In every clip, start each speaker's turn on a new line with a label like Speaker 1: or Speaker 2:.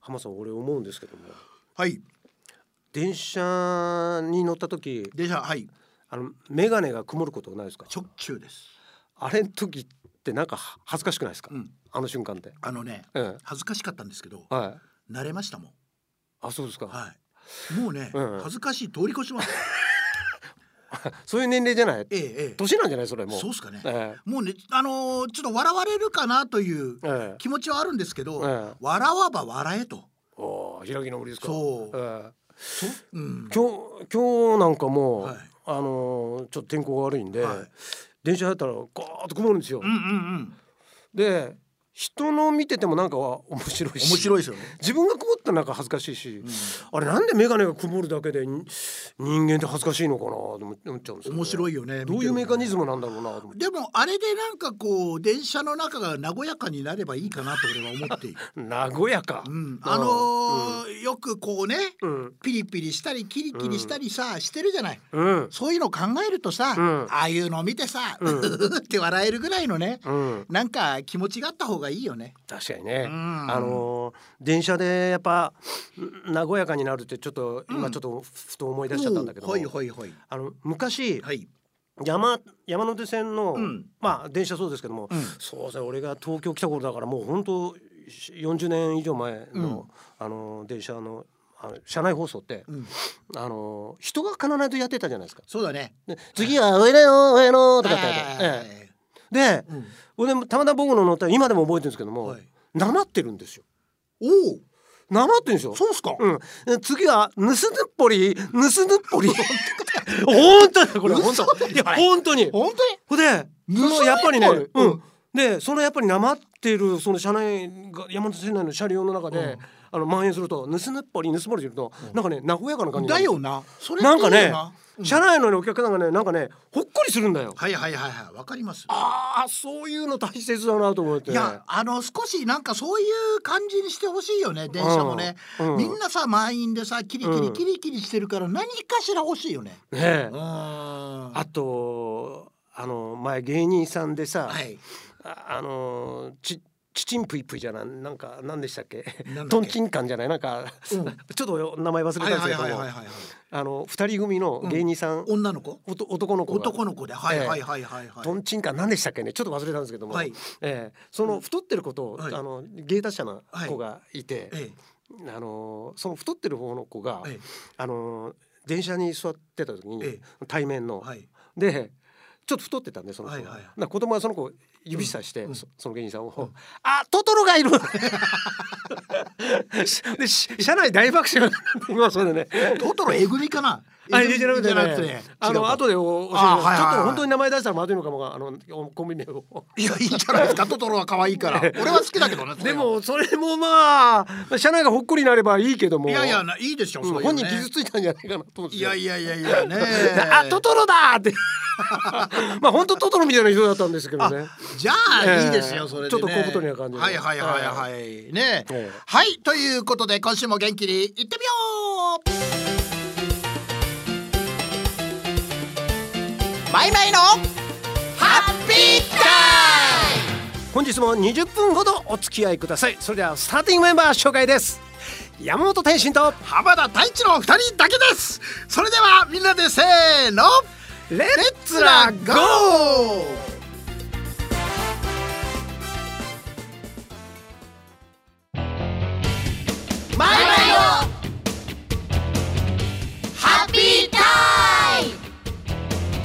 Speaker 1: 浜さん俺思うんですけども
Speaker 2: はい
Speaker 1: 電車に乗った時
Speaker 2: 電車はい
Speaker 1: あの眼鏡が曇ることないですか
Speaker 2: 直球です
Speaker 1: あれの時ってなんかは恥ずかしくないですか、
Speaker 2: うん
Speaker 1: あの瞬間って、
Speaker 2: あのね
Speaker 1: え
Speaker 2: 恥ずかしかったんですけど
Speaker 1: え、はい
Speaker 2: 慣れましたもん
Speaker 1: あそうですか、
Speaker 2: はいもうね、
Speaker 1: うん
Speaker 2: 恥ずかしい通り越します
Speaker 1: そういう年齢じゃない
Speaker 2: ええええ
Speaker 1: 年なんじゃないそれも
Speaker 2: そうっすかね
Speaker 1: え
Speaker 2: もうねあのーちょっと笑われるかなという
Speaker 1: ええ
Speaker 2: 気持ちはあるんですけど、
Speaker 1: ええ
Speaker 2: 笑わば笑えと
Speaker 1: え、おお開き直りですか
Speaker 2: そう
Speaker 1: ええ
Speaker 2: そう、う
Speaker 1: 今
Speaker 2: ん、
Speaker 1: 日今日なんかもう、
Speaker 2: はい
Speaker 1: あのーちょっと天候が悪いんで、
Speaker 2: はい
Speaker 1: 電車入ったらガーッと曇るんですよ、
Speaker 2: うんうんうん
Speaker 1: で人の見ててもなんかは面白いし
Speaker 2: 面白いですよね、
Speaker 1: 自分が曇ったらなんか恥ずかしいし、
Speaker 2: う
Speaker 1: あれなんで眼鏡が曇るだけでに人間って恥ずかしいのかなと思っ思っちゃうんですよ、
Speaker 2: ん、
Speaker 1: ね、
Speaker 2: 面白
Speaker 1: い
Speaker 2: いよね
Speaker 1: どういうメカニ
Speaker 2: ズ
Speaker 1: ズムなんだろうなと思って
Speaker 2: でもあれでなんかこう電車の中が和やかになればいいかなと俺は思っている、
Speaker 1: 和やか、
Speaker 2: うん、あのーよくこうね
Speaker 1: うん
Speaker 2: ピリピリしたりキリキリしたりさ、してるじゃない
Speaker 1: うん
Speaker 2: そういうの考えるとさ、
Speaker 1: うん
Speaker 2: ああいうの見てさ、
Speaker 1: うん
Speaker 2: って笑えるぐらいのね
Speaker 1: うん
Speaker 2: なんか気持ちがあった方がいいよね。
Speaker 1: 確かにね、
Speaker 2: うん
Speaker 1: あのー電車でやっぱん和やかになるってちょっと今ちょっとふと思い出しちゃったんだけども、
Speaker 2: ほいほいほい。
Speaker 1: あの昔、
Speaker 2: はい。
Speaker 1: 山山手線の、
Speaker 2: うん
Speaker 1: まあ電車そうですけども、
Speaker 2: うん
Speaker 1: そうですね俺が東京来た頃だからもう本当し40年以上前の、あの電車のあの車内放送って、
Speaker 2: うん
Speaker 1: あの人が必ずやってたじゃないですか。
Speaker 2: そうだね。
Speaker 1: で次は上だよ上のとかってやって、
Speaker 2: はいはいはい
Speaker 1: ええで、
Speaker 2: うん
Speaker 1: 俺でもたまたま僕の乗った今でも覚えてるんですけども、
Speaker 2: はい
Speaker 1: なまってるんですよ。
Speaker 2: おお。
Speaker 1: なまってるんですよ。
Speaker 2: そうっすか。
Speaker 1: うん、で次は盗ぬっぽり盗ぬっぽ り本当だこれ本当
Speaker 2: 嘘だよ
Speaker 1: いや
Speaker 2: これ
Speaker 1: 本当に
Speaker 2: 本当に。
Speaker 1: ほんでその
Speaker 2: 盗まれた
Speaker 1: やっぱりね、
Speaker 2: の
Speaker 1: う
Speaker 2: うん
Speaker 1: ん、でそのやっぱりなまってるその車内が山手線内の車両の中で、
Speaker 2: うん
Speaker 1: あの蔓延すると盗ぬっぽり盗まれてると、なんかね和やかな感じにな
Speaker 2: だ
Speaker 1: る
Speaker 2: よな。それ
Speaker 1: なんか
Speaker 2: だ
Speaker 1: ね
Speaker 2: よな、うん
Speaker 1: 車内のお客さんがねなんかねほっこりするんだよ。
Speaker 2: はいはいはいはい。わかります。
Speaker 1: ああそういうの大切だなと思って。
Speaker 2: いやあの少しなんかそういう感じにしてほしいよね電車もね、
Speaker 1: うんうん
Speaker 2: みんなさ満員でさキリキリキリキリしてるから何かしら欲しいよね。
Speaker 1: ねえ
Speaker 2: うーん。あ
Speaker 1: あとあの前芸人さんでさ、
Speaker 2: はい。
Speaker 1: ああのーちちちんぷいぷいじゃないなんか何でしたっけ
Speaker 2: なんだっけ
Speaker 1: とんちんかんじゃないなんか、
Speaker 2: うん
Speaker 1: ちょっと名前忘れたん
Speaker 2: はい
Speaker 1: です
Speaker 2: は
Speaker 1: け
Speaker 2: い
Speaker 1: ど
Speaker 2: はい
Speaker 1: も
Speaker 2: はいはい。
Speaker 1: あの二人組の芸人さん、
Speaker 2: 女の子。
Speaker 1: おと男の子が
Speaker 2: 男の子で。はい
Speaker 1: ええ
Speaker 2: はいはいはいはい。
Speaker 1: とんちんかん何でしたっけねちょっと忘れたんですけども、
Speaker 2: はい
Speaker 1: ええその太ってる子と、
Speaker 2: はい
Speaker 1: あの芸達者な子がいて、
Speaker 2: え
Speaker 1: あのーその太ってる方の子が、
Speaker 2: ええ
Speaker 1: あのー電車に座ってた時に、
Speaker 2: え
Speaker 1: 対面の、
Speaker 2: えはい。
Speaker 1: でちょっと太ってたんでその子が、
Speaker 2: はいはい
Speaker 1: な子供はその子を指さして、
Speaker 2: うんうん
Speaker 1: そその芸人さんを「あトトロがいる!し」 でし車内大爆笑今それでね
Speaker 2: トトロえぐみかな。
Speaker 1: あ
Speaker 2: えぐ
Speaker 1: れ
Speaker 2: み
Speaker 1: じゃなくてねあの後
Speaker 2: で。
Speaker 1: でお教えて
Speaker 2: あはいはいはい
Speaker 1: ちょっと本当に名前出したらまずいのかもがあのおコンビ名を。
Speaker 2: いやいいんじゃない ですか。トトロは可愛いから。俺は好きだけどね。それ
Speaker 1: で
Speaker 2: は。
Speaker 1: もそれもまあ車内がほっこりになればいいけども
Speaker 2: いやいやないいでしょ。
Speaker 1: うん
Speaker 2: そういう
Speaker 1: 本
Speaker 2: ね
Speaker 1: 人傷ついたんじゃないかなと思って。
Speaker 2: いやいやいやいやね
Speaker 1: あトトロだーって まあ本当トトロみたいな人だったんですけどね。
Speaker 2: じゃ
Speaker 1: え
Speaker 2: あ
Speaker 1: え
Speaker 2: いいですよ、それで、ね、
Speaker 1: ちょっと小太りな感じで
Speaker 2: はいはいはいはいね、
Speaker 1: ええ
Speaker 2: はいということで今週も元気にいってみようマイマイのハッピータ
Speaker 1: 本日も20分ほどお付き合いくださいそれではスターティングメンバー紹介です山本天心と
Speaker 2: イム浜田太一の二人だけですそれではみんなでせーの
Speaker 1: レ
Speaker 2: レッツラゴーマイマイのハッピータイ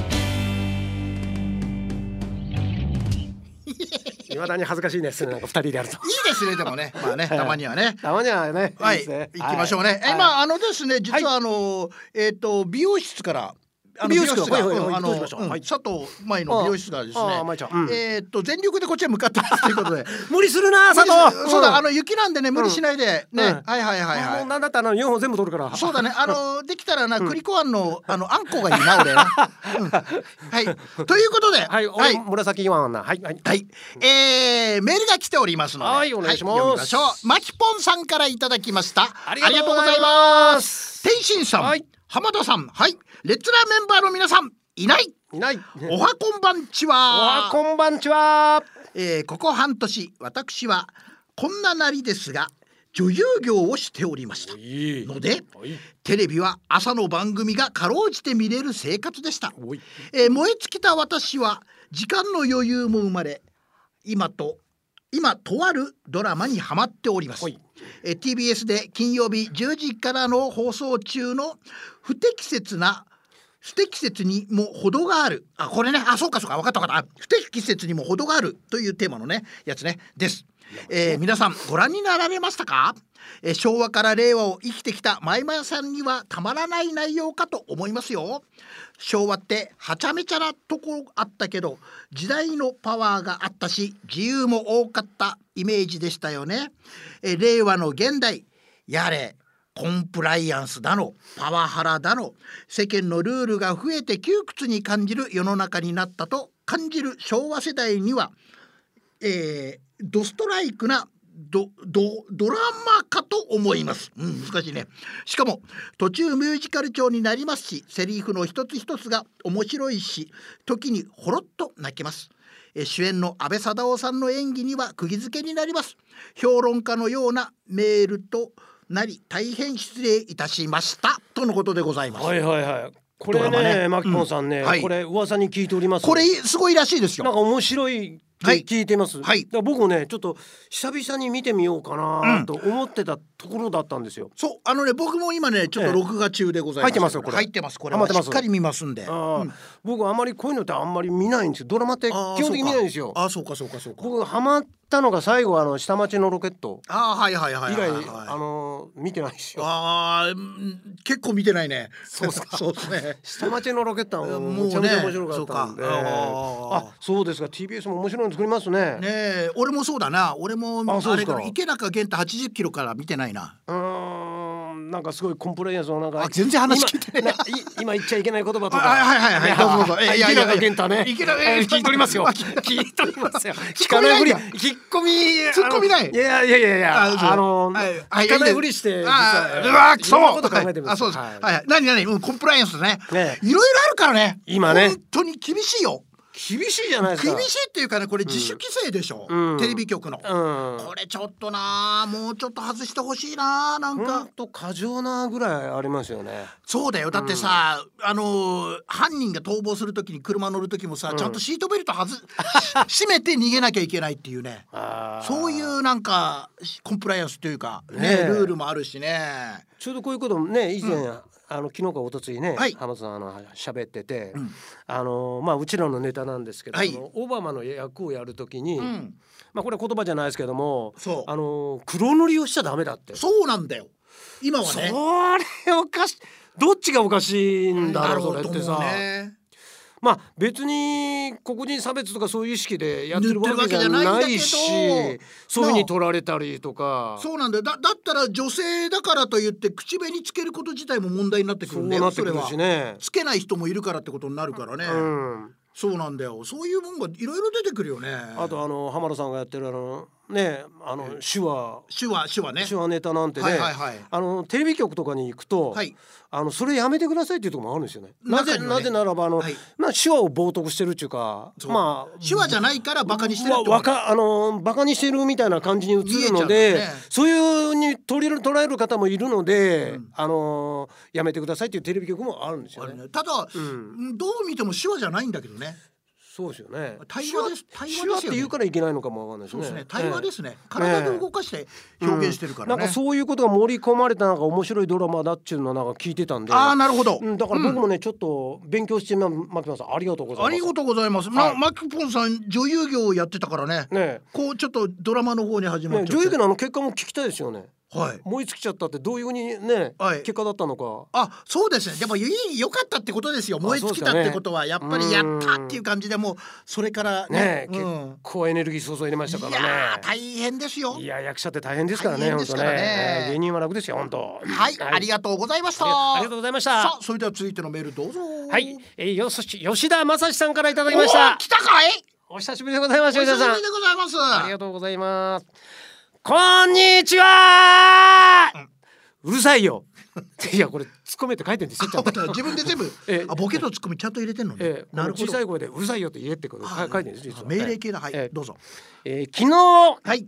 Speaker 1: いまだに恥ずかしいですねなんか二人でやると
Speaker 2: いいですねでもねまあねたまにはね
Speaker 1: たまにはね
Speaker 2: はい
Speaker 1: ですね
Speaker 2: 行きましょうね、
Speaker 1: はい
Speaker 2: えまああのですね実はあの、えっ、と美容室からあの
Speaker 1: 美容室
Speaker 2: が
Speaker 1: はいはいはい
Speaker 2: うんあの
Speaker 1: どうしましょう
Speaker 2: うん
Speaker 1: はい
Speaker 2: 佐藤舞の美容室がですね
Speaker 1: ああ舞ちゃんうん
Speaker 2: えっ、と全力でこっちへ向かってますということで
Speaker 1: 無理する な佐藤
Speaker 2: うんそうだあ
Speaker 1: の
Speaker 2: の雪なんでね無理しないで、
Speaker 1: うん
Speaker 2: ね、
Speaker 1: うん
Speaker 2: はいはいはい
Speaker 1: も
Speaker 2: は
Speaker 1: う
Speaker 2: い
Speaker 1: なんだったらあの四本全部取るから
Speaker 2: そうだね。あのできたらな、栗子庵のあのあんこがいいな 俺な、うんはい。ということで、
Speaker 1: はい、は、
Speaker 2: はいい。
Speaker 1: 紫ワンなはいはい
Speaker 2: はいえー、メールが来ておりますので、
Speaker 1: はいお願いします
Speaker 2: 読みましょう。マキポンさんからいただきました。
Speaker 1: ありがとうございます
Speaker 2: 天心さん、
Speaker 1: はい
Speaker 2: 浜田さん、はい。レッツラーメンバーの皆さん、いない。
Speaker 1: いない
Speaker 2: おはこんばんち
Speaker 1: お
Speaker 2: は
Speaker 1: は。こんばんちは
Speaker 2: えーここ半年私はこんななりですが女優業をしておりました
Speaker 1: いい
Speaker 2: ので
Speaker 1: はい
Speaker 2: テレビは朝の番組がかろうじて見れる生活でした、
Speaker 1: おい
Speaker 2: えー燃え尽きた私は時間の余裕も生まれ今と今とあるドラマにハマっております
Speaker 1: はい
Speaker 2: えー TBS で金曜日10時からの放送中の不適切な不適切にも程があるあこれねあそうかそうか分かった分かったあ不適切にも程があるというテーマのねやつねです、えー皆さんご覧になられましたか、えー昭和から令和を生きてきたまいまやさんにはたまらない内容かと思いますよ昭和ってはちゃめちゃなとこあったけど時代のパワーがあったし自由も多かったイメージでしたよね、えー令和の現代やれコンプライアンスだのパワハラだの世間のルールが増えて窮屈に感じる世の中になったと感じる昭和世代には、えードストライクなドドドラマかと思います、うん、難しいねしかも途中ミュージカル調になりますしセリフの一つ一つが面白いし時にほろっと泣きますえー主演の安倍貞夫さんの演技には釘付けになります評論家のようなメールとなり大変失礼いたしましたとのことでございます、
Speaker 1: はいはいはいこ
Speaker 2: ド
Speaker 1: れ
Speaker 2: ラマね
Speaker 1: ねマキポンさんね、
Speaker 2: うんはい
Speaker 1: これ噂に聞いております
Speaker 2: これすごいらしいです
Speaker 1: なん
Speaker 2: よ
Speaker 1: か面白いって
Speaker 2: はい
Speaker 1: 聞いてます、
Speaker 2: はい
Speaker 1: だから僕もねちょっと久々に見てみようかなと思ってたところだったんですよ、
Speaker 2: そうあのね僕も今ねちょっと録画中でございま
Speaker 1: 入
Speaker 2: す、
Speaker 1: ってますよこれ
Speaker 2: 入ってますこれ
Speaker 1: あ待って
Speaker 2: は
Speaker 1: ます
Speaker 2: しっかり見ますんで
Speaker 1: ああ僕あまりこういうのってあんまり見ないんですよドラマって基
Speaker 2: あー
Speaker 1: 本的に見ないんですよ
Speaker 2: あそうかそうかそうかそうか
Speaker 1: 僕ハマったのが最後あの下町のロケット
Speaker 2: あーはいはいはい
Speaker 1: 以
Speaker 2: はい
Speaker 1: 来、
Speaker 2: はい
Speaker 1: あのー見てないですよ
Speaker 2: あーうん結構見てないね
Speaker 1: そうっすか
Speaker 2: そうですね
Speaker 1: 下町のロケットはもう
Speaker 2: もうね
Speaker 1: めちゃめちゃ面白かったんで、
Speaker 2: そうかあー
Speaker 1: あそうですか TBS も面白いの作りますね
Speaker 2: ねえ俺もそうだな俺も
Speaker 1: あそ
Speaker 2: あ
Speaker 1: うです
Speaker 2: れ
Speaker 1: か
Speaker 2: から池中玄太80キロから見てないな
Speaker 1: うーんなんかすごいコンプライアンスのなんか
Speaker 2: あ全然話聞いて
Speaker 1: 今な
Speaker 2: な
Speaker 1: いい 今言っちゃいけない言葉とか
Speaker 2: あはいはいはい
Speaker 1: ね
Speaker 2: どうぞどうぞえいやいや
Speaker 1: 池中健太ね
Speaker 2: 池中え
Speaker 1: え 聞いており ますよ
Speaker 2: あ
Speaker 1: 聞いております よ
Speaker 2: ツ
Speaker 1: 聞
Speaker 2: ッコ
Speaker 1: か
Speaker 2: ミ
Speaker 1: な
Speaker 2: な
Speaker 1: ふ
Speaker 2: いい
Speaker 1: り引っ込みあの
Speaker 2: んだツッコミない
Speaker 1: いやいやいやいや
Speaker 2: あそう
Speaker 1: あの
Speaker 2: はい
Speaker 1: 聞
Speaker 2: はい
Speaker 1: かない
Speaker 2: いいです
Speaker 1: ふりして実
Speaker 2: あ
Speaker 1: は
Speaker 2: ーうわー
Speaker 1: い
Speaker 2: く
Speaker 1: ろ
Speaker 2: そ
Speaker 1: んなこと考えてるん
Speaker 2: あそうです
Speaker 1: はい
Speaker 2: はい何何うんコンプライアンスね
Speaker 1: ね
Speaker 2: いろいろあるからね
Speaker 1: 今ね
Speaker 2: 本当に厳しいよ
Speaker 1: 厳しいじゃないです
Speaker 2: 厳
Speaker 1: か
Speaker 2: しいっていうかねこれ自主規制でしょ
Speaker 1: うん
Speaker 2: テレビ局の
Speaker 1: うん
Speaker 2: これちょっとなーもうちょっと外してほしいなーなん
Speaker 1: ほん
Speaker 2: か
Speaker 1: と過剰なぐらいありますよね
Speaker 2: そうだよだってさ、あのー犯人が逃亡する時に車乗る時もさ、ちゃんとシートベルトはずし締めて逃げなきゃいけないっていうね
Speaker 1: あー
Speaker 2: そういうなんかしコンプライアンスというか、ね
Speaker 1: ねえ
Speaker 2: ルールもあるしね
Speaker 1: ちょうどこういうこともね以前、あの昨日か一昨日ね、
Speaker 2: はい
Speaker 1: 浜田さんあの喋ってて、あのまあうちらのネタなんですけど、
Speaker 2: はい
Speaker 1: あのオバマの役をやるときに、
Speaker 2: うん
Speaker 1: まあこれ言葉じゃないですけども
Speaker 2: そう
Speaker 1: あの黒塗りをしちゃダメだって
Speaker 2: そうなんだよ今は
Speaker 1: そ
Speaker 2: ね
Speaker 1: れおかしどっちがおかしいんだろうそれ
Speaker 2: と
Speaker 1: って
Speaker 2: 思
Speaker 1: さ、
Speaker 2: うね
Speaker 1: まあ別に黒人差別とかそういう意識でやってる
Speaker 2: 塗ってる
Speaker 1: わ
Speaker 2: わ
Speaker 1: け
Speaker 2: け
Speaker 1: じ
Speaker 2: じ
Speaker 1: ゃ
Speaker 2: ゃないんだ
Speaker 1: な
Speaker 2: けど
Speaker 1: いしそういうふうに取られたりとか。
Speaker 2: そうなんだよだだったら女性だからといって口紅つけること自体も問題になってく
Speaker 1: そ
Speaker 2: る
Speaker 1: うん
Speaker 2: だよ
Speaker 1: なってくるし
Speaker 2: それは
Speaker 1: ね。
Speaker 2: つけない人もいるからってことになるからね、
Speaker 1: うん
Speaker 2: そうなんだよそういうもんがいろいろ出てくるよね
Speaker 1: あとあの浜田さんがやってるあのねあの手話
Speaker 2: 手話手話ね
Speaker 1: 手話ネタなんてね、
Speaker 2: はいはいはい
Speaker 1: あのテレビ局とかに行くと、
Speaker 2: はい
Speaker 1: あのそれやめてくださいっていうところもあるんですよね。なぜ、
Speaker 2: 中には
Speaker 1: な
Speaker 2: ね
Speaker 1: ぜならばあの、
Speaker 2: はい
Speaker 1: まあ手話を冒涜してるっていうか
Speaker 2: そう
Speaker 1: まあ
Speaker 2: 手話じゃないからバカにしてるって
Speaker 1: わ
Speaker 2: こと
Speaker 1: わ
Speaker 2: だ
Speaker 1: かあのバカにしてるみたいな感じに映るの
Speaker 2: 見え
Speaker 1: で、
Speaker 2: ちゃうね
Speaker 1: そういうふうに取り捉える方もいるので、あのやめてくださいっていうテレビ局もあるんですよ
Speaker 2: あれ
Speaker 1: ね。
Speaker 2: ねただ、
Speaker 1: ん
Speaker 2: どう見ても手話じゃないんだけどね
Speaker 1: そうですよね。
Speaker 2: 対話です
Speaker 1: 手
Speaker 2: 対話です
Speaker 1: 手
Speaker 2: よね
Speaker 1: 話って言うからいけないのかもわかんないです
Speaker 2: そう
Speaker 1: ね。
Speaker 2: ですね対話
Speaker 1: え
Speaker 2: で
Speaker 1: え
Speaker 2: すね、体で動かして表現してるから
Speaker 1: なん
Speaker 2: ね、
Speaker 1: かそういうことが盛り込まれたなんか面白いドラマだっちゅうのをなんか聞いてたんで
Speaker 2: ああなるほど、
Speaker 1: うん、だから僕もね、ちょっと勉強してみますさんありがとうございま
Speaker 2: あ
Speaker 1: す
Speaker 2: りがとうございます、
Speaker 1: は
Speaker 2: ま
Speaker 1: い
Speaker 2: マキポンさん女優業をやってたからね
Speaker 1: ね
Speaker 2: こうちょっとドラマの方に始
Speaker 1: え
Speaker 2: まっ
Speaker 1: ね
Speaker 2: ちゃっ
Speaker 1: 女
Speaker 2: て、
Speaker 1: 優のあの結果も聞きたいですよね
Speaker 2: はい
Speaker 1: 燃え尽きちゃったってどういうふうにね、
Speaker 2: はい
Speaker 1: 結果だったのか
Speaker 2: あそうですねでもいい良かったってことですよ燃え尽きたってことはやっぱりやったっていう感じでもうそれから
Speaker 1: ね
Speaker 2: ね
Speaker 1: え、結
Speaker 2: うん
Speaker 1: 構エネルギー注いでましたか
Speaker 2: いや
Speaker 1: ら
Speaker 2: ー大変ですよ
Speaker 1: ねいや役者って大変ですからね
Speaker 2: 大変
Speaker 1: 本
Speaker 2: です
Speaker 1: 当
Speaker 2: からね
Speaker 1: ねえー芸人は楽ですよ本当
Speaker 2: はい、あり
Speaker 1: が
Speaker 2: がとうございました。
Speaker 1: ありがとうございました
Speaker 2: さあ、それでは続いてのメールどうぞ。
Speaker 1: はい、えー、よそし吉田正史さんからいただき
Speaker 2: お
Speaker 1: ました
Speaker 2: ー来たかい。
Speaker 1: お久しぶりでございます
Speaker 2: お久
Speaker 1: 吉
Speaker 2: しぶ
Speaker 1: 田
Speaker 2: りで
Speaker 1: さ
Speaker 2: ご
Speaker 1: ん
Speaker 2: ざいます。
Speaker 1: ありがとうございます。こんにちは。うるさいよ。 いやこれ突っ込めって書いてるんですよ。 ちゃんと
Speaker 2: あ自分で全部
Speaker 1: え、
Speaker 2: あ、ボケとツッコミちゃんと入れてんのね
Speaker 1: え。え、
Speaker 2: なるほ
Speaker 1: 小さ
Speaker 2: ど。
Speaker 1: い声でうるさいよって言えってこと書いてるんです。実は
Speaker 2: 命令系だ。は
Speaker 1: ええ
Speaker 2: い、どうぞ。
Speaker 1: えー昨日
Speaker 2: はい。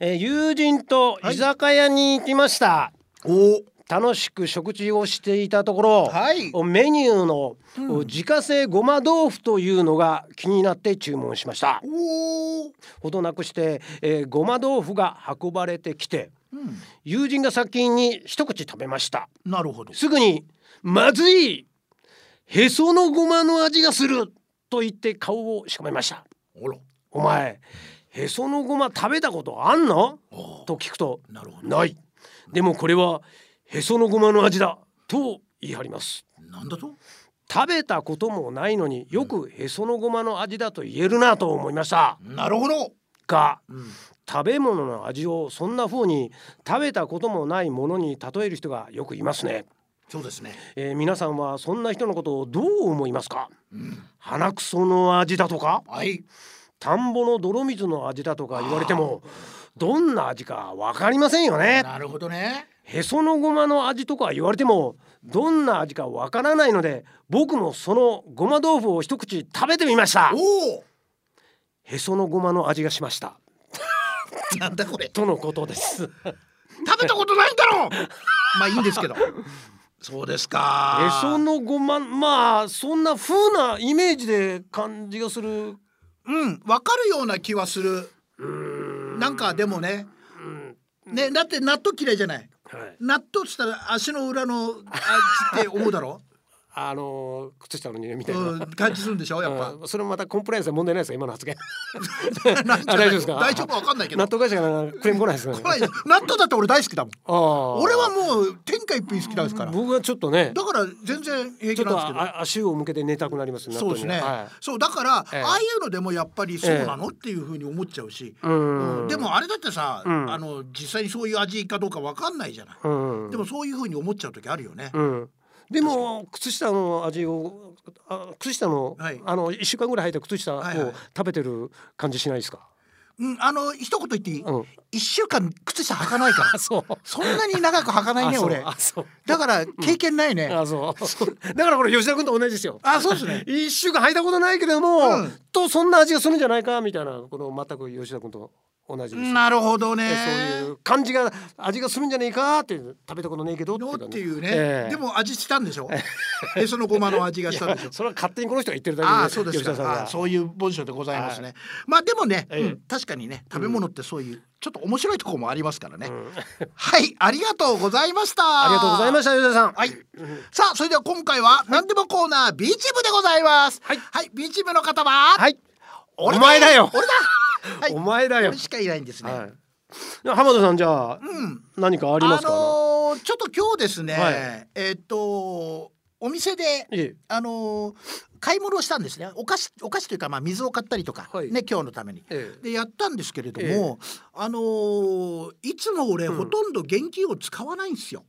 Speaker 1: えー友人と居酒屋に行きました、
Speaker 2: お
Speaker 1: 楽しく食事をしていたところ、
Speaker 2: はい
Speaker 1: メニューの、自家製ごま豆腐というのが気になって注文しました
Speaker 2: おお、
Speaker 1: ほどなくして、えーごま豆腐が運ばれてきて
Speaker 2: うん、
Speaker 1: 友人が先に一口食べました
Speaker 2: なるほど
Speaker 1: すぐに「まずいへそのごまの味がする!」と言って顔をしかめました
Speaker 2: あら
Speaker 1: 「お前へそのごま食べたことあんの?
Speaker 2: あ」
Speaker 1: と聞くと
Speaker 2: あなる
Speaker 1: 「
Speaker 2: ほど
Speaker 1: ないでもこれはへそのごまの味だ」と言い張ります
Speaker 2: なんだと
Speaker 1: 食べたこともないのによくへそのごまの味だと言えるなと思いました
Speaker 2: なるほど、
Speaker 1: が
Speaker 2: うん、
Speaker 1: 食べ物の味をそんな風に食べたこともないものに例える人がよくいますね、
Speaker 2: そうですね
Speaker 1: えー皆さんはそんな人のことをどう思いますか
Speaker 2: うん
Speaker 1: 鼻くその味だとか
Speaker 2: はい
Speaker 1: 田んぼの泥水の味だとか言われてもどんな味かわかりませんよね
Speaker 2: なるほどね
Speaker 1: へそのごまの味とか言われてもどんな味かわからないので僕もそのごま豆腐を一口食べてみました
Speaker 2: おお
Speaker 1: へそのごまの味がしました
Speaker 2: なんだこれ
Speaker 1: とのことです へ
Speaker 2: 食べたことないんだろ うまあいいんですけどそうですか
Speaker 1: そのごままあそんな風なイメージで感じがする
Speaker 2: うんわかるような気はする
Speaker 1: うーん
Speaker 2: なんかでもね
Speaker 1: うん
Speaker 2: ねだって納豆嫌いじゃない
Speaker 1: はい
Speaker 2: 納豆っつったら足の裏のあ って思うだろ
Speaker 1: あのー靴下の匂いみたいな、
Speaker 2: うん感じするんでしょやっぱ
Speaker 1: うんそれもまたコンプライアンスで問題ないですか今の 発言
Speaker 2: ないんじゃ
Speaker 1: あ
Speaker 2: な
Speaker 1: 大丈
Speaker 2: い
Speaker 1: 夫ですか
Speaker 2: 大丈夫わかんないけど
Speaker 1: 納豆会社からクレーム来ないですかね
Speaker 2: 来ないです納豆だって俺大好きだもん
Speaker 1: ああ
Speaker 2: 俺はもう天下一品好きなんですからだ
Speaker 1: 僕はちょっとね
Speaker 2: から全然
Speaker 1: ちょっと
Speaker 2: 平気なんですけど
Speaker 1: あ足を向けて寝たくなりますね
Speaker 2: そうですね、
Speaker 1: 納豆にははい
Speaker 2: そうだから、
Speaker 1: ええ
Speaker 2: ああいうのでもやっぱりそうなの、っていうふうに思っちゃうし、
Speaker 1: うん
Speaker 2: うんでもあれだってさ、
Speaker 1: ん
Speaker 2: あの実際にそういう味かどうかわかんないじゃない、
Speaker 1: うん
Speaker 2: でもそういうふうに思っちゃう時あるよね、
Speaker 1: うん、でも靴下の味をあ靴下の、
Speaker 2: はい
Speaker 1: あの一週間ぐらい履いた靴下を
Speaker 2: はいはい
Speaker 1: 食べてる感じしないですか。
Speaker 2: うんあの一言言っていい、
Speaker 1: うん
Speaker 2: 一週間靴下履かないから
Speaker 1: あそう。
Speaker 2: そんなに長く履かないね
Speaker 1: あそう
Speaker 2: 俺
Speaker 1: あそう。
Speaker 2: だから経験ないね、
Speaker 1: あ そうそう。だからこれ吉田君と同じですよ。
Speaker 2: あ そうですね
Speaker 1: 一週間履いたことないけれども、
Speaker 2: うん
Speaker 1: とそんな味がするんじゃないかみたいなこの全く吉田君と同じです。
Speaker 2: なるほど
Speaker 1: え
Speaker 2: ね
Speaker 1: そういう感じが味がするんじゃないかっていう食べたことねえけど
Speaker 2: の
Speaker 1: っ
Speaker 2: ってていうね、
Speaker 1: ええ
Speaker 2: でも味したんでしょでそのごまの味がしたんでしょ
Speaker 1: それは勝手にこの人が言ってるだけで
Speaker 2: ああそうです
Speaker 1: 吉田さん
Speaker 2: か。あ
Speaker 1: が
Speaker 2: あそういう文章でございますね。まあでもね、うん確かにね食べ物ってそういうちょっと面白いところもありますからね。はいありがとうございました。
Speaker 1: ありがとうございま
Speaker 2: し
Speaker 1: した吉田さん。
Speaker 2: はい。さあそれでは今回は何でもコーナー B チームでございます。
Speaker 1: はい
Speaker 2: はい B チームの方は、
Speaker 1: はい。
Speaker 2: 俺
Speaker 1: お前だよ
Speaker 2: 俺だ。はい。
Speaker 1: お前だよ
Speaker 2: 俺。しかいないんですね。
Speaker 1: はい。浜田さんじゃあ、
Speaker 2: ん
Speaker 1: 何かあ
Speaker 2: あ
Speaker 1: りますか、
Speaker 2: のーちょっと今日ですね、
Speaker 1: はい
Speaker 2: えーっとお店で
Speaker 1: いえ
Speaker 2: あのー買い物をしたんですねお菓子お菓子というか、まあ、水を買ったりとか、
Speaker 1: はい
Speaker 2: ね今日のために。
Speaker 1: ええ
Speaker 2: でやったんですけれども、
Speaker 1: ええ
Speaker 2: あのーいつも俺、ほとんど現金を使わないんですよ。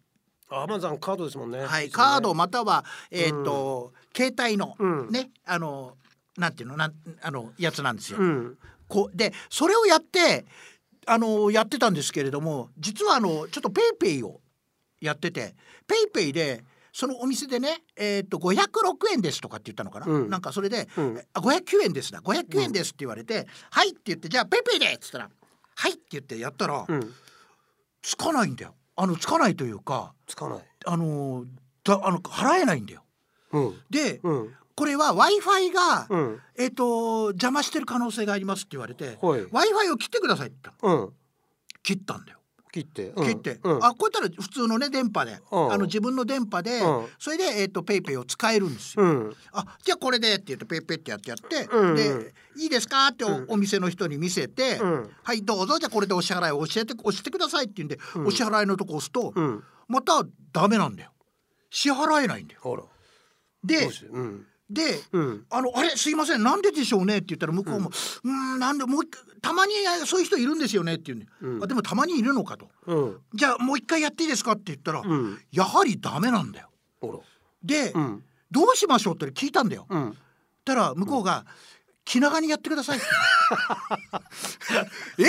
Speaker 1: あ浜田さんカードですもんね。
Speaker 2: はい、
Speaker 1: ですよね
Speaker 2: カードまたはえーっと、携帯の、
Speaker 1: うん
Speaker 2: ねあのなんていうのなんあのやつなんですよ。
Speaker 1: うん。
Speaker 2: こうでそれをやってあのやってたんですけれども実はあのちょっとペイペイをやっててペイペイでそのお店でね、えー、と506円ですとかって言ったのかな、
Speaker 1: うん
Speaker 2: なんかそれで、
Speaker 1: うん
Speaker 2: あ509円ですだ509円ですって言われて「はい」って言って「じゃあペイペイで」っつったら「はい」って言ってやったら、
Speaker 1: うん。
Speaker 2: つかないんだよあのつかないというか
Speaker 1: つかない。
Speaker 2: あのだあの払えないんだよ。
Speaker 1: うん。
Speaker 2: で、
Speaker 1: うん。
Speaker 2: これは w i f i が、
Speaker 1: うん。
Speaker 2: えー、と邪魔してる可能性がありますって言われて w
Speaker 1: はい
Speaker 2: i f i を切ってくださいって言ったの。
Speaker 1: うん。
Speaker 2: 切ったんだよ
Speaker 1: 切って。うん
Speaker 2: 切って、
Speaker 1: うん、
Speaker 2: あこうやったら普通のね電波で、
Speaker 1: うん
Speaker 2: あの自分の電波で、
Speaker 1: うん
Speaker 2: それでえっ、とペイペイを使えるんですよ、
Speaker 1: うん。
Speaker 2: あじゃあこれでって言ってペイペイってやってやって、
Speaker 1: うん
Speaker 2: でいいですかってお,、店の人に見せて、
Speaker 1: うん
Speaker 2: はいどうぞじゃあこれでお支払いを教えて教えてくださいって言うんで、お支払いのとこ押すと、
Speaker 1: うん。
Speaker 2: またダメなんだよ支払えないんだよ
Speaker 1: ほら。
Speaker 2: で
Speaker 1: どうしよう。うん。
Speaker 2: で、
Speaker 1: うん。
Speaker 2: あのあれすいませんなんででしょうねって言ったら向こうも「うんんなんでもう一回たまにそういう人いるんですよね」って言うんで、あでもたまにいるのかと、
Speaker 1: うん。
Speaker 2: じゃあもう一回やっていいですかって言ったら、
Speaker 1: うん
Speaker 2: やはりダメなんだよ。
Speaker 1: ほら。
Speaker 2: で、
Speaker 1: うん。
Speaker 2: どうしましょうって聞いたんだよ。
Speaker 1: うん。うん
Speaker 2: たら向こうが、気長にやってください って。え気長ってどうい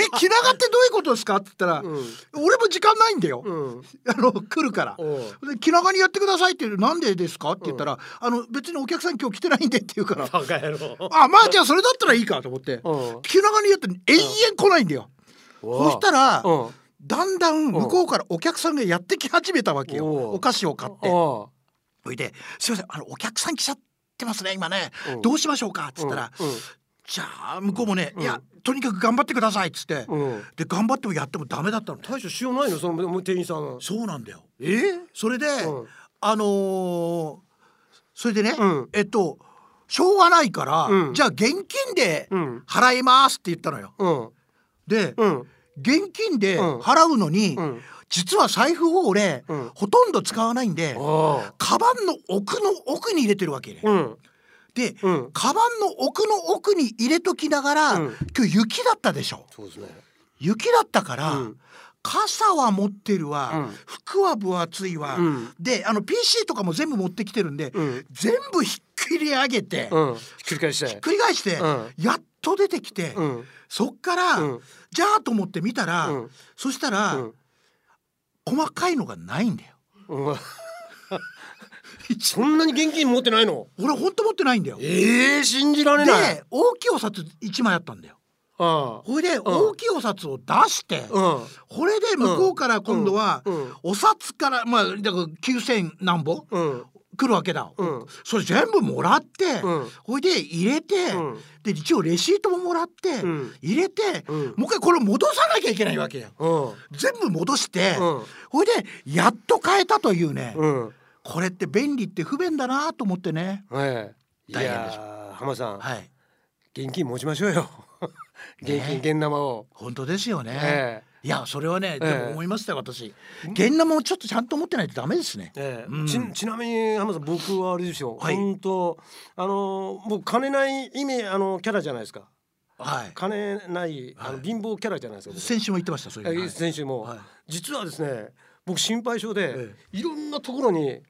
Speaker 2: うことですかって言ったら、
Speaker 1: ん
Speaker 2: 俺も時間ないんだよ。
Speaker 1: うん。
Speaker 2: あの来るから
Speaker 1: おう
Speaker 2: で気長にやってくださいって言うなんでですかって言ったら、あの別にお客さん今日来てないんでって言うから
Speaker 1: バカ野郎。
Speaker 2: あまあじゃあそれだったらいいかと思って
Speaker 1: うん
Speaker 2: 気長にやって延々来ないんだよ。 そしたら、
Speaker 1: うん
Speaker 2: だんだん向こうからお客さんがやってき始めたわけよ、
Speaker 1: おう
Speaker 2: お菓子を買っ
Speaker 1: あ
Speaker 2: てそれで「すいませんあのお客さん来ちゃってますね今ね
Speaker 1: あうん
Speaker 2: どうしましょうか」っつったら、じゃあ向こうもね「いやとにかく頑張ってください」っつって、
Speaker 1: うんうんうん
Speaker 2: で頑張ってもやってもダメだったの
Speaker 1: 大将しようないのそのもう店員さん
Speaker 2: そうなんだよ
Speaker 1: え
Speaker 2: それで、
Speaker 1: うん
Speaker 2: あのーそれでね、
Speaker 1: うん
Speaker 2: えっとしょうがないから、
Speaker 1: うん
Speaker 2: じゃあ現金で
Speaker 1: うん
Speaker 2: 払いますって言ったのよ
Speaker 1: うん
Speaker 2: で、
Speaker 1: うん
Speaker 2: 現金で
Speaker 1: うん
Speaker 2: 払うのに、
Speaker 1: うん
Speaker 2: 実は財布を俺、
Speaker 1: うん
Speaker 2: ほとんど使わないんで、
Speaker 1: ああ
Speaker 2: カバンの奥の奥に入れてるわけね、
Speaker 1: うん
Speaker 2: で、
Speaker 1: うん
Speaker 2: カバンの奥の奥に入れときながら、
Speaker 1: うん
Speaker 2: 今日雪だったでしょ
Speaker 1: そうですね
Speaker 2: 雪だったから、
Speaker 1: うん
Speaker 2: 傘は持ってるわ、
Speaker 1: うん
Speaker 2: 服は分厚いわ、
Speaker 1: うん
Speaker 2: であの PC とかも全部持ってきてるんで、
Speaker 1: うん
Speaker 2: 全部ひっくり上げて、
Speaker 1: うん繰り返して
Speaker 2: 繰り返して、
Speaker 1: うん
Speaker 2: やっと出てきて、
Speaker 1: うん
Speaker 2: そっから、
Speaker 1: うん
Speaker 2: じゃあと思って見たら、
Speaker 1: うん
Speaker 2: そしたら、
Speaker 1: うん
Speaker 2: 細かいのがないんだよ。
Speaker 1: うんそんなに現金持ってないの
Speaker 2: 俺ほんと持ってないんだよ。で
Speaker 1: ええ信じられない
Speaker 2: 大きいお札1枚あったんだよ。
Speaker 1: ああ
Speaker 2: これで大きいお札を出して、
Speaker 1: うん
Speaker 2: これで向こうから今度は、
Speaker 1: うんうん
Speaker 2: お札からまあだから9,000何本
Speaker 1: うん
Speaker 2: 来るわけだ、
Speaker 1: うん
Speaker 2: それ全部もらって、
Speaker 1: うん
Speaker 2: これで入れて、
Speaker 1: うん
Speaker 2: で一応レシートももらって、
Speaker 1: うん
Speaker 2: 入れて、
Speaker 1: うん
Speaker 2: もう一回これを戻さなきゃいけないわけよ。
Speaker 1: うん
Speaker 2: 全部戻して、
Speaker 1: うん
Speaker 2: これでやっと変えたというね、
Speaker 1: うん
Speaker 2: これって便利って不便だなと思ってね。
Speaker 1: ええい
Speaker 2: 大変でしょ
Speaker 1: やー浜さん
Speaker 2: はい
Speaker 1: 現金持ちましょうよ現金
Speaker 2: ね
Speaker 1: 現生を
Speaker 2: 本当ですよね、
Speaker 1: え
Speaker 2: いやそれはね、
Speaker 1: ええ
Speaker 2: でも思いましたよ私現ナもちょっとちゃんと持ってないとダメですね
Speaker 1: ええ
Speaker 2: うん
Speaker 1: ちちなみに浜田さん僕はあれですよ、
Speaker 2: はい
Speaker 1: 本当あのもう金ない意味あのキャラじゃないですか
Speaker 2: はい
Speaker 1: 金ない、あ
Speaker 2: は
Speaker 1: の
Speaker 2: い
Speaker 1: 貧乏キャラじゃないですか僕
Speaker 2: 先週も言ってましたそういう
Speaker 1: え
Speaker 2: の、
Speaker 1: え先週も、
Speaker 2: はい
Speaker 1: 実はですね僕心配性で、
Speaker 2: え
Speaker 1: いろんなところに
Speaker 2: はい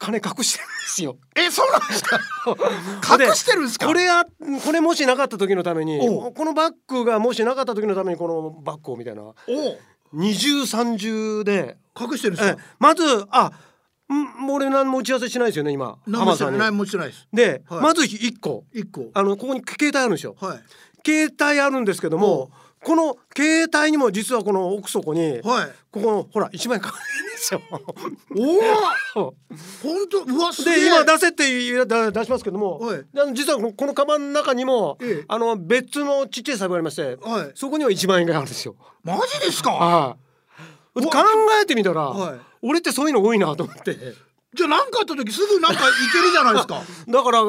Speaker 1: 金隠してるんです よ。
Speaker 2: えそうなんですか隠してるん ですか
Speaker 1: これがこれもしなかった時のために
Speaker 2: おう
Speaker 1: このバッグがもしなかった時のためにこのバッグをみたいな
Speaker 2: お
Speaker 1: 二重三重で
Speaker 2: 隠してるんです
Speaker 1: え
Speaker 2: か
Speaker 1: まずあんもう俺何も打ち合わせしないですよね今
Speaker 2: 何もして
Speaker 1: さ
Speaker 2: なんい
Speaker 1: に
Speaker 2: 何もしてないです
Speaker 1: で、
Speaker 2: はい
Speaker 1: まず一個
Speaker 2: 一個
Speaker 1: あのここに携帯あるんですよ
Speaker 2: はい
Speaker 1: 携帯あるんですけどもこの携帯にも実はこの奥底にこ
Speaker 2: はい
Speaker 1: このほら一枚買えるんですよ。
Speaker 2: おお本当うわすげえ
Speaker 1: で今出せって言うだ出しますけども
Speaker 2: はい
Speaker 1: であの実はこのこのカバンの中にも、
Speaker 2: ええ
Speaker 1: あの別のちっちゃい財布がありまして、
Speaker 2: はい
Speaker 1: そこには1万円があるんですよ。
Speaker 2: マジですか
Speaker 1: はい考えてみたら、
Speaker 2: はい
Speaker 1: 俺ってそういうの多いなと思って
Speaker 2: じゃあ何かあった時すぐなんかいけるじゃないです か
Speaker 1: だから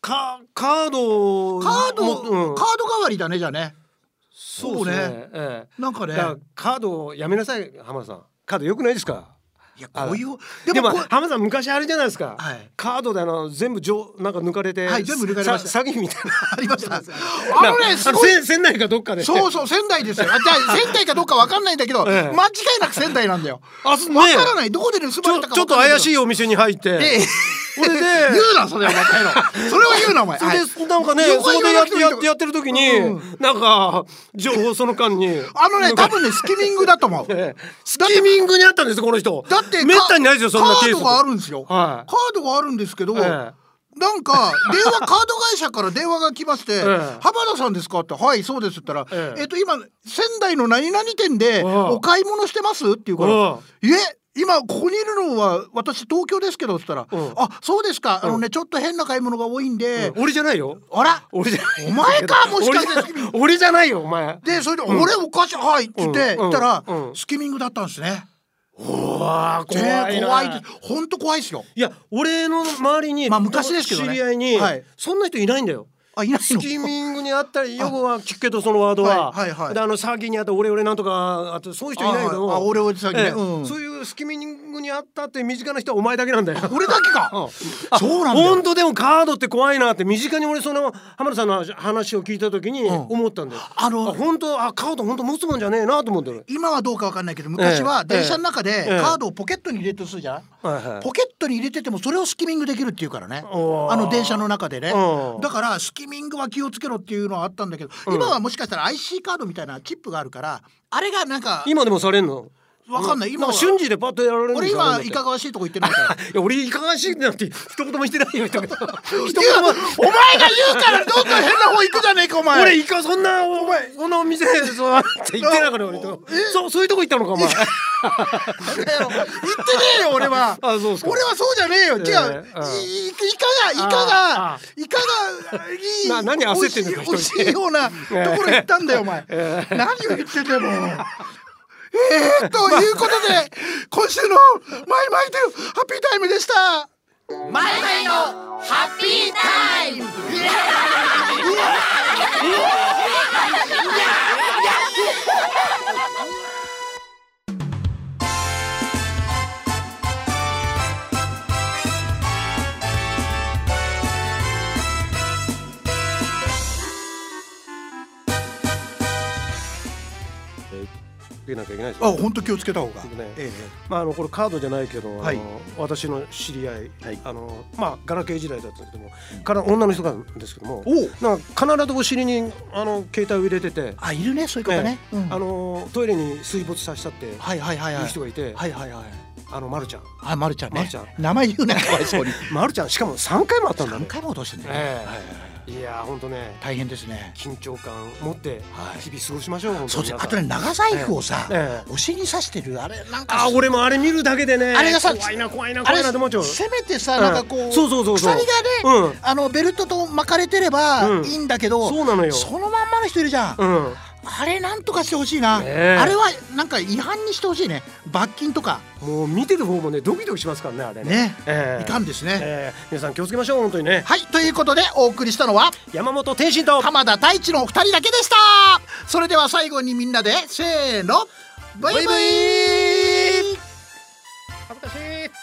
Speaker 1: かカードを
Speaker 2: カード、
Speaker 1: うん
Speaker 2: カード代わりだねじゃあね
Speaker 1: そうですね。ええ
Speaker 2: なんかね
Speaker 1: だからカードをやめなさい浜田さんカード良くないですか
Speaker 2: いや
Speaker 1: あ
Speaker 2: こういう
Speaker 1: でも
Speaker 2: こう
Speaker 1: 浜田さん昔あれじゃないですか、
Speaker 2: はい
Speaker 1: カードであの全部じょなんか抜かれて、
Speaker 2: はい全部抜かれました
Speaker 1: さ詐欺みたいな
Speaker 2: ありました。あ
Speaker 1: な
Speaker 2: のね、すごい。
Speaker 1: せ船内かどっかで
Speaker 2: そうそう、仙台ですよ。あ、じゃあ、仙台かどうかわかんないんだけ ど、
Speaker 1: ええ
Speaker 2: 間違いなく仙台なんだよ。
Speaker 1: あすね
Speaker 2: わからない、どこで盗
Speaker 1: ち
Speaker 2: まれ
Speaker 1: ょ
Speaker 2: たか
Speaker 1: ちょっと怪し
Speaker 2: い。
Speaker 1: いお店に入って、
Speaker 2: ええ
Speaker 1: それで
Speaker 2: 言うな、それは、バカ野 郎。それは言うな、お前。
Speaker 1: それでなんかね、
Speaker 2: はい
Speaker 1: そこでやって
Speaker 2: 横にいる人
Speaker 1: やってやってる時に、
Speaker 2: う
Speaker 1: なんか情報その間に
Speaker 2: あ のね、多分ね、スキミングだと思う。だ
Speaker 1: ええスキミングにあったんですこの人
Speaker 2: って、
Speaker 1: めったにないですよそんな
Speaker 2: カ
Speaker 1: ケ
Speaker 2: ー
Speaker 1: ー
Speaker 2: ド
Speaker 1: ス
Speaker 2: があるんですよ。
Speaker 1: は
Speaker 2: カー
Speaker 1: い
Speaker 2: ドがあるんですけど、
Speaker 1: ええ
Speaker 2: なんか電話カード会社から電話が来まして
Speaker 1: え
Speaker 2: 「浜田さんですか?」って「はいそうです」って言ったら
Speaker 1: え
Speaker 2: 「
Speaker 1: え
Speaker 2: えっと今仙台の何々店で
Speaker 1: ああ
Speaker 2: お買い物してます?」って言うか
Speaker 1: ああ
Speaker 2: ら「え今ここにいるのは私東京ですけど」って言った
Speaker 1: う
Speaker 2: ら
Speaker 1: ん
Speaker 2: 「あそうですかあのねちょっと変な買い物が多いんで
Speaker 1: 俺じゃないよ
Speaker 2: あら
Speaker 1: 俺じゃない
Speaker 2: お前かもしかして
Speaker 1: 俺じゃ俺じゃないよお前
Speaker 2: でそれで「俺おかしいはい」って言って
Speaker 1: うん
Speaker 2: 言ったら
Speaker 1: うん
Speaker 2: スキミングだったんですね。
Speaker 1: うわー
Speaker 2: で
Speaker 1: 怖いな
Speaker 2: 怖いです本当怖いですよ。
Speaker 1: いや俺の周りに、
Speaker 2: まあ昔ですけどね
Speaker 1: 知り合いに、
Speaker 2: はい
Speaker 1: そんな人いないんだよ
Speaker 2: あいない
Speaker 1: ス
Speaker 2: の
Speaker 1: キミングにあったりよくは聞くけどそのワードは、
Speaker 2: はいはいはい
Speaker 1: であの詐欺にあった俺俺なんとかあとそういう人いないけど
Speaker 2: あはいあ俺俺詐欺ね
Speaker 1: ええ
Speaker 2: うん
Speaker 1: そういうスキミングにあったって身近な人はお前だけなん だよ。
Speaker 2: 俺だけか
Speaker 1: あ
Speaker 2: そうなんだよ
Speaker 1: 本当でもカードって怖いなって身近に俺その浜田さんの話を聞いた時に思ったんだよ、
Speaker 2: あの
Speaker 1: 本当あカード本当持つもんじゃねえなと思ってる、
Speaker 2: 今はどうかわかんないけど昔
Speaker 1: え
Speaker 2: は
Speaker 1: え
Speaker 2: 電車の中で
Speaker 1: ええ
Speaker 2: カードをポケットに入れてするじゃん、
Speaker 1: はいはい
Speaker 2: ポケットに入れててもそれをスキミングできるっていうからね
Speaker 1: おー
Speaker 2: あの電車の中でね
Speaker 1: うん
Speaker 2: だからスキミングは気をつけろっていうのはあったんだけど今はもしかしたら IC カードみたいなチップがあるからあれがなんか
Speaker 1: 今でもされんの
Speaker 2: わかんない今
Speaker 1: な
Speaker 2: は
Speaker 1: か瞬時でパッとやられるんで
Speaker 2: 俺
Speaker 1: すよあ
Speaker 2: 今
Speaker 1: れ
Speaker 2: い
Speaker 1: だっ
Speaker 2: か
Speaker 1: て
Speaker 2: がわしいとこ言ってないから
Speaker 1: いや俺いかがわしいなんて一言もしてないよ一言一
Speaker 2: 言う
Speaker 1: 言
Speaker 2: お
Speaker 1: も
Speaker 2: 前が言うからどんどん変な方行くじゃねえかお前
Speaker 1: 俺いかそんなお前こんなお店そうって言ってなかった俺とそうそういうとこ行ったのかお前
Speaker 2: 言ってねえよ俺は
Speaker 1: あそうですか
Speaker 2: 俺はそうじゃねえよ違う、
Speaker 1: ええああ
Speaker 2: いいいかがいか
Speaker 1: ああ
Speaker 2: がいかがいい
Speaker 1: な何焦ってんのか
Speaker 2: 美味しい
Speaker 1: 一人
Speaker 2: 美味し
Speaker 1: で
Speaker 2: いようなところ行ったんだよお前、何を言って てもえー、ということで、今週の「マイマイというハッピータイムでした。
Speaker 3: マイマイのハッピータイム
Speaker 1: 受けなきゃいけないです
Speaker 2: あ
Speaker 1: よ
Speaker 2: 本当気をつけた方が、
Speaker 1: ね
Speaker 2: え
Speaker 1: まああのこれカードじゃないけど、
Speaker 2: はい
Speaker 1: あの私の知り合い、
Speaker 2: はい
Speaker 1: あのまあガラケー時代だったんですけども、から女の人なんですけども
Speaker 2: え、おう
Speaker 1: なんか必ずお尻にあの携帯を入れてて、
Speaker 2: あいるねそういう方ね、
Speaker 1: ええ
Speaker 2: うん
Speaker 1: あのトイレに水没させたっていう
Speaker 2: はいはいはいはい
Speaker 1: 人がいて、
Speaker 2: はいはいはい
Speaker 1: あのまるちゃん、
Speaker 2: あまるちゃんね、
Speaker 1: まるちゃん
Speaker 2: 名前言うなかわい そうに
Speaker 1: まるちゃんしかも三回もあったんだ
Speaker 2: 何
Speaker 1: ね。
Speaker 2: 回も落としてね、
Speaker 1: ええ
Speaker 2: はいはいはい
Speaker 1: いやー本当ね
Speaker 2: 大変ですね
Speaker 1: 緊張感持って
Speaker 2: はい
Speaker 1: 日々過ごしましょう。本当
Speaker 2: そう
Speaker 1: に皆
Speaker 2: ですね
Speaker 1: さ
Speaker 2: あ
Speaker 1: ん
Speaker 2: とね長財布をさ、
Speaker 1: ええ
Speaker 2: お尻に刺してるあれなんか
Speaker 1: あ俺もあれ見るだけでね。
Speaker 2: あれがさ
Speaker 1: 怖いな怖いな
Speaker 2: あ
Speaker 1: 怖
Speaker 2: れ
Speaker 1: いなって思っちゃう。
Speaker 2: せめてさなんかこう,、
Speaker 1: んそうそうそうそう
Speaker 2: 鎖がね、
Speaker 1: うん
Speaker 2: あのベルトと巻かれてれば
Speaker 1: うん
Speaker 2: いいんだけど、
Speaker 1: そうなのよ
Speaker 2: そのまんまの人いるじゃん、
Speaker 1: うん。
Speaker 2: あれなんとかしてほしいな、
Speaker 1: ねえ
Speaker 2: あれはなんか違反にしてほしいね罰金とか
Speaker 1: もう見てる方もねドキドキしますからねあれね。
Speaker 2: ね
Speaker 1: ええ
Speaker 2: いかんですね、
Speaker 1: えー皆さん気をつけましょう本当にね
Speaker 2: はいということでお送りしたのは
Speaker 1: 山本天心と
Speaker 2: 浜田太一のお二人だけでしたそれでは最後にみんなでせーのバイバイ
Speaker 1: 恥ずかしい